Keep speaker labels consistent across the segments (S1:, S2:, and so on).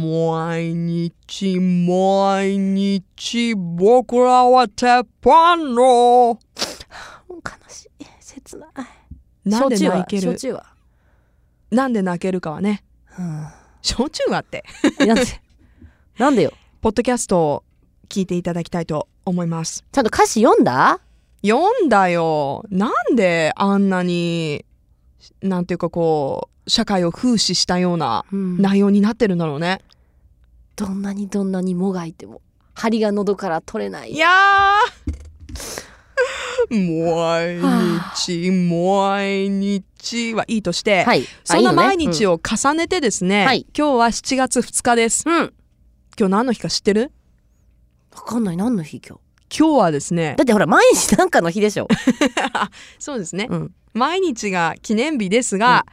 S1: 毎日毎日僕らは鉄板の
S2: 悲しい切ない
S1: なんで泣け
S2: 焼
S1: る
S2: 酎は
S1: なんで泣けるかはね
S2: 焼酎
S1: 焼
S2: は
S1: 酎はって
S2: うんなんで なんでよ
S1: ポッドキャストを聞いていただきたいと思います
S2: ちゃんと歌詞読んだ
S1: 読んだよなんであんなになんていうかこう社会を風刺したような
S2: うん
S1: 内容になってるんだろうね、
S2: どんなにどんなにもがいても針が喉から取れない
S1: いやー毎日毎日はいいとして、
S2: はい
S1: そんな毎日
S2: を
S1: を重ねてですね
S2: はい
S1: 今日は7月2日です
S2: うん、うん
S1: 今日何の日か知ってる
S2: わかんない何の日今日
S1: 今日はですね
S2: だってほら毎日なんかの日でしょ、
S1: そうですね
S2: うん、
S1: 毎日が記念日ですが、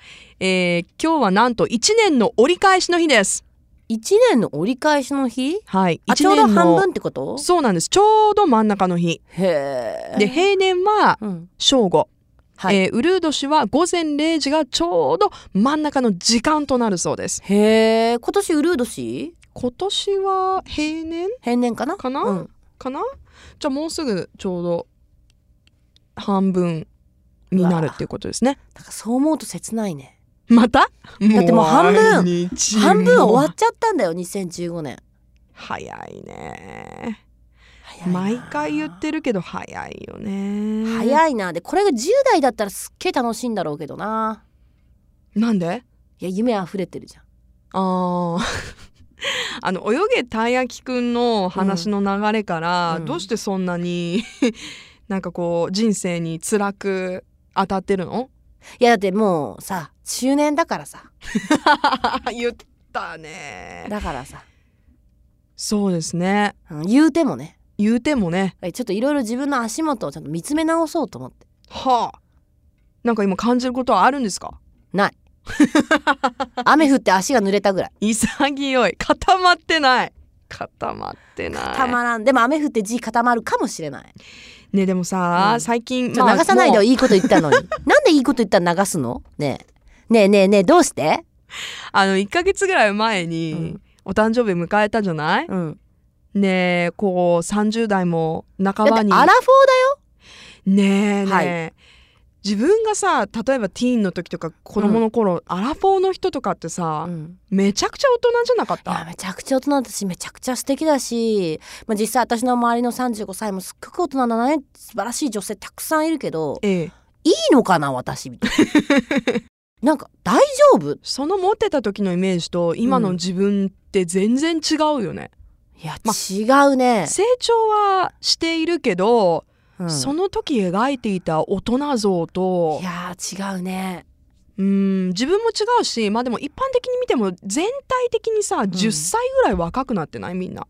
S1: えー今日はなんと1年の折り返しの日です
S2: 1年の折り返しの日
S1: はい
S2: あ
S1: 一
S2: ちょうど
S1: 年の
S2: 半分ってこと
S1: そうなんですちょうど真ん中の日
S2: へえ
S1: で平年は
S2: うん
S1: 正午、
S2: はい
S1: えーウルード氏は午前0時がちょうど真ん中の時間となるそうです
S2: へえ今年ウルード氏
S1: 今年は平年
S2: 平年かな
S1: かな
S2: うん、
S1: かなじゃあもうすぐちょうど半分になるっていうことですね
S2: なんかそう思うと切ないね
S1: まただ
S2: ってもう半分半分終わ
S1: っ
S2: っちゃったんだよ2015年
S1: 早いね
S2: 早いな
S1: 毎回言ってるけど早いよねい
S2: 早いなでこれが10代だったらすっげえ楽しいんだろうけどな
S1: なんで
S2: いや夢溢れてるじゃん
S1: あー あの泳げたい焼きくんの話の流れから、
S2: うん
S1: どうしてそんなに なんかこう人生に辛く当たってるの
S2: いやだってもうさ中年だからさ
S1: 言ったね
S2: だからさ、
S1: そうですね
S2: うん言うてもね
S1: 言うてもね
S2: ちょっといろいろ自分の足元をちゃんと見つめ直そうと思って
S1: はあなんか今感じることはあるんですか
S2: 雨降って足が濡れたぐらい
S1: 潔い固まってない固まってない
S2: たまらんでも雨降って字固まるかもしれない
S1: ねでもさ、
S2: うん
S1: 最近
S2: ちょっと流さないで
S1: も
S2: よ
S1: う
S2: いいこと言ったのに なんでいいこと言ったら流すのねえねえねえねえどうして
S1: あの1ヶ月ぐらい前に、
S2: うん
S1: お誕生日迎えたじゃない、
S2: うん
S1: ねえこう30代も
S2: だ
S1: 半
S2: って
S1: ば
S2: アラフォ
S1: に
S2: ーだよ
S1: ねえねえ、
S2: は
S1: 自分がさ例えばティーンの時とか子供の頃、アラフォーの人とかってさ、
S2: うん
S1: めちゃくちゃ大人じゃなかっ
S2: いや
S1: た
S2: めちゃくちゃ大人だしめちゃくちゃ素敵だし、まあ、実際私の周りの35歳もすっごく大人だね素晴らしい女性たくさんいるけど
S1: ええ
S2: いいのかな私みたい ななんか大丈夫い
S1: その持ってた時のイメージと今の自分って全然違うよね、
S2: や、
S1: ま
S2: 違うね、
S1: 成長はしているけど、
S2: うん
S1: その時描いていた大人像と
S2: いやー違うね
S1: うん自分も違うしまあでも一般的に見ても全体的にさ、10歳ぐらい若くなってないみんな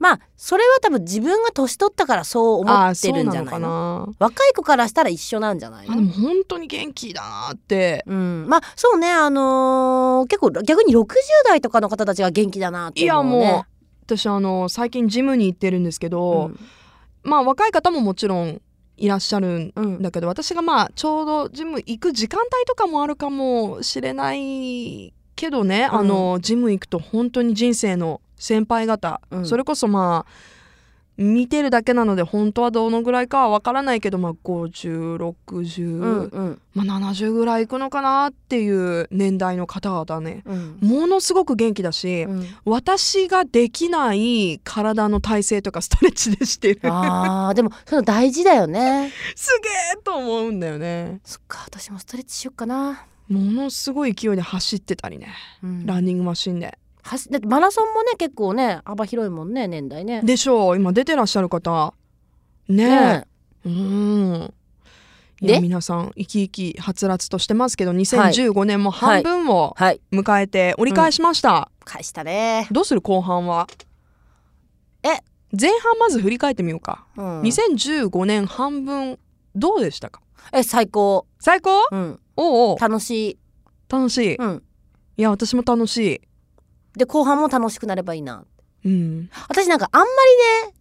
S2: まあそれは多分自分が年取ったからそう思
S1: あ
S2: ってるんじゃな
S1: そ
S2: いうの
S1: なのか
S2: 若い子からしたら一緒なんじゃない
S1: なあ
S2: の、
S1: でも本当に元気だなって
S2: うん、まあそうねあのー結構逆に60代とかの方たちが元気だなっ
S1: い
S2: て
S1: や
S2: 思う、ね、
S1: もう私あの最近ジムに行ってるんですけど、まあ若い方ももちろんいらっしゃるん
S2: うん、うん
S1: だけど私がまあちょうどジム行く時間帯とかもあるかもしれないけどね、
S2: うん
S1: あのジム行くと本当に人生の先輩方、
S2: うん
S1: それこそまあ見てるだけなので本当はどのぐらいかはわからないけど、まあ、5060、
S2: うんうん
S1: まあ、70ぐらい行くのかなっていう年代の方々ね
S2: うん
S1: ものすごく元気だし、
S2: うん
S1: 私ができない体の体勢とかストレッチでしてる
S2: あーでもその大事だよね
S1: すげえと思うんだよね。
S2: そっか私もストレッチしよっかな、
S1: ものすごい勢いで走ってたりね
S2: うん、
S1: ランニングマシンで。
S2: はしだってマラソンもね結構ね幅広いもんね年代ね
S1: でしょう今出てらっしゃる方ねえ、
S2: ね
S1: うーんいや
S2: で
S1: 皆さん生き生きはつらつとしてますけど2015年も半分を
S2: はい
S1: 迎えて折り返しました、
S2: 返したね、
S1: どうする後半は
S2: え
S1: 前半まず振り返ってみようか、
S2: うん、
S1: 2015年半分どうでしたか
S2: え最高、
S1: 最高
S2: うん、
S1: おうおう
S2: 楽しい、
S1: 楽しい、い
S2: うん、
S1: や私も楽し
S2: で後半も楽しくなればいいない
S1: うん
S2: 私なんかあんまりね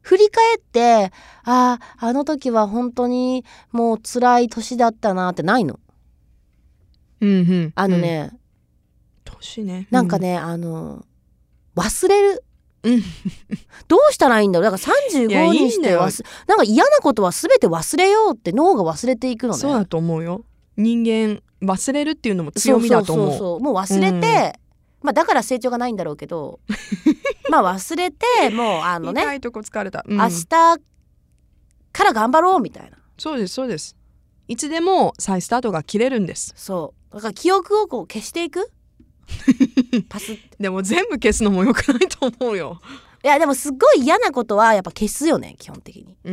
S2: 振り返ってあああの時は本当にもう辛い年だったなってないの
S1: うんうん
S2: あのね、
S1: うんしいね
S2: なんか、ね、あの忘れる、
S1: うん
S2: どうしたらいいんだろうだから
S1: いやいい
S2: 35
S1: んだよ
S2: にして忘なんか嫌なことは全て忘れようって脳が忘れていく
S1: う
S2: の
S1: ん
S2: ね
S1: そうだと思うよ人間忘れるっていうのも強みだと思う
S2: そうそうそうそうもう忘れて、
S1: うん
S2: まあだから成長がないんだろう けどまあ忘れてもうあのね
S1: 痛いとこ疲れた、うん
S2: 明日から頑張ろうみたいな
S1: そうですそうですいつでも再スタートが切れるんです
S2: そうだから記憶をこう消して いくパスって
S1: でも全部消すのも良くないと思うよ
S2: いやでもすっごい嫌なことはやっぱ消すよね基本的に
S1: う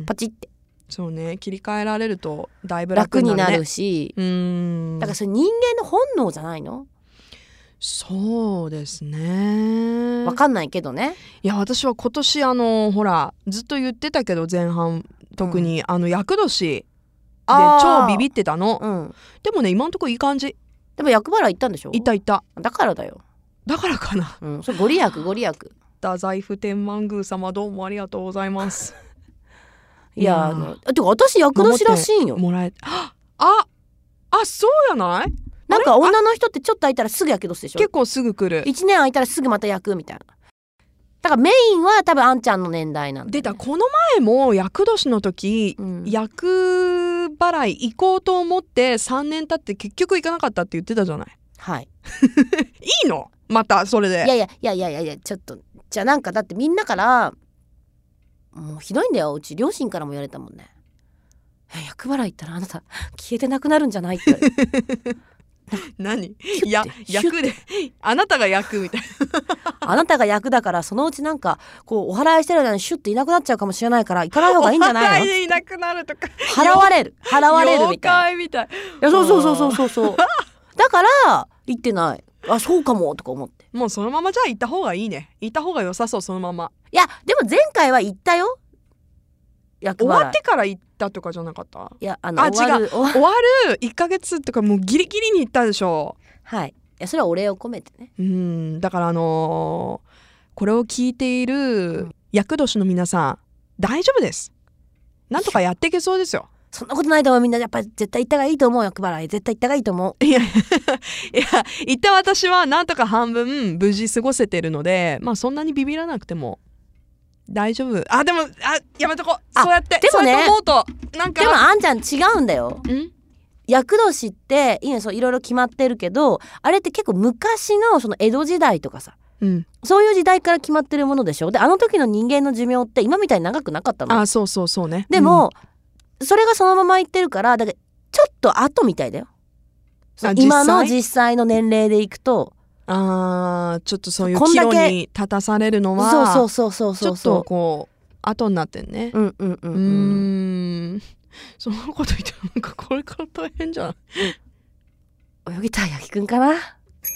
S1: ん
S2: パチって
S1: そうね切り替えられるとだいぶ楽
S2: 楽
S1: に
S2: に
S1: な
S2: な
S1: る,、ね、
S2: るし、
S1: うん
S2: だからそれ人間の本能じゃないの
S1: そうですね
S2: わかんないけどね
S1: いや私は今年あのほらずっと言ってたけど前半特に、あの厄年で超ビビってたの
S2: うん
S1: でもね今んとこいい感じ
S2: でも役払い行ったんでしょ
S1: いたいた
S2: だからだよ、
S1: だからかな
S2: うん、それご利益ご利益
S1: 太宰府天満宮様どうもありがとうございます
S2: いやあ
S1: いやー
S2: のてか私役年らしいんよ
S1: もらえあああそうやない
S2: なんか女の人ってちょっと空いたらすぐやけどすでしょ
S1: 結構すぐ来る
S2: 1年空いたらすぐまた焼くみたいなだからメインは多分あんちゃんの年代なんだ
S1: 出
S2: よね、
S1: たこの前も厄年の時
S2: うん、
S1: 厄払い行こうと思って3年経って結局行かなかったって言ってたじゃない
S2: はい
S1: いいのまたそれで
S2: いやいやいやいやいやいやちょっとじゃあなんかだってみんなからもうひどいんだようち両親からも言われたもんね「え厄払い行ったらあなた消えてなくなるんじゃない?」って言 われて
S1: 何
S2: ュッて
S1: いや
S2: ヒュッて
S1: 役であなたが役みたいな
S2: あなたが厄だからそのうちなんかこうお祓いしてる間にシュッていなくなっちゃうかもしれないから行かない方がいいんじゃない
S1: お互
S2: の
S1: でいなくなるとか
S2: 払われる払われるみた
S1: 妖怪
S2: いな
S1: みたい
S2: いやそうそうそうそうそうそうだから行ってないあそうかもとか思って
S1: もうそのままじゃあ行った方がいいね行った方が良さそうそのまま
S2: いやでも前回は行ったよ役
S1: 終
S2: 払
S1: わ
S2: い
S1: ってから行ったとかじゃなかった
S2: いやあの
S1: あ
S2: 終わる終わ
S1: 終わる1ヶ月とかもうギリギリに行ったでしょ
S2: はいいやそれはお礼を込めてね
S1: うんだからあのーこれを聞いている
S2: ん
S1: 厄年の皆さん大丈夫ですなんとかやっていけそうですよ
S2: そんなことないと思うみんなやっぱり絶対行った方がいいと思う役払い絶対行った方がいい と思う
S1: いやいや行った私はなんとか半分無事過ごせてるのでまあそんなにビビらなくても大丈夫あでもあやめとこう
S2: あ
S1: そうやって
S2: でもね
S1: そうやって思うとなんか
S2: でもあんちゃん違うんだよ
S1: うん
S2: 厄年っていいねそういろいろ決まってるけどあれって結構昔のその江戸時代とかさ
S1: うん、
S2: そういう時代から決まってるものでしょであの時の人間の寿命って今みたいに長くなかったの
S1: あそうそうそうね
S2: で、も、それがそのままいってるからだからちょっと後みたいだよその
S1: あ
S2: 今の
S1: 実際
S2: 実際の年齢でいくと
S1: うんあーちょっとそういう
S2: こん
S1: 岐
S2: だけ
S1: 路に立たされるのは
S2: そうそうそうそうそう
S1: ちょっ
S2: そ
S1: とこう後になってんね
S2: ううんうんう
S1: うんーん
S2: うん
S1: そんなこと言ってなんかこれから大変じゃん
S2: 泳ぎたいやきくんかな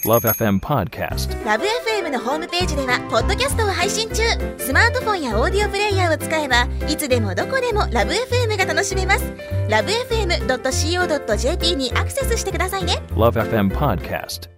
S3: Love FM Podcast.
S4: ラブ f m のホームページではポッドキャストを配信中スマートフォンやオーディオプレイヤーを使えばいつでもどこでもラブ f m が楽しめますラブ FM.co.jp にアクセスしてくださいね
S3: Love FM Podcast.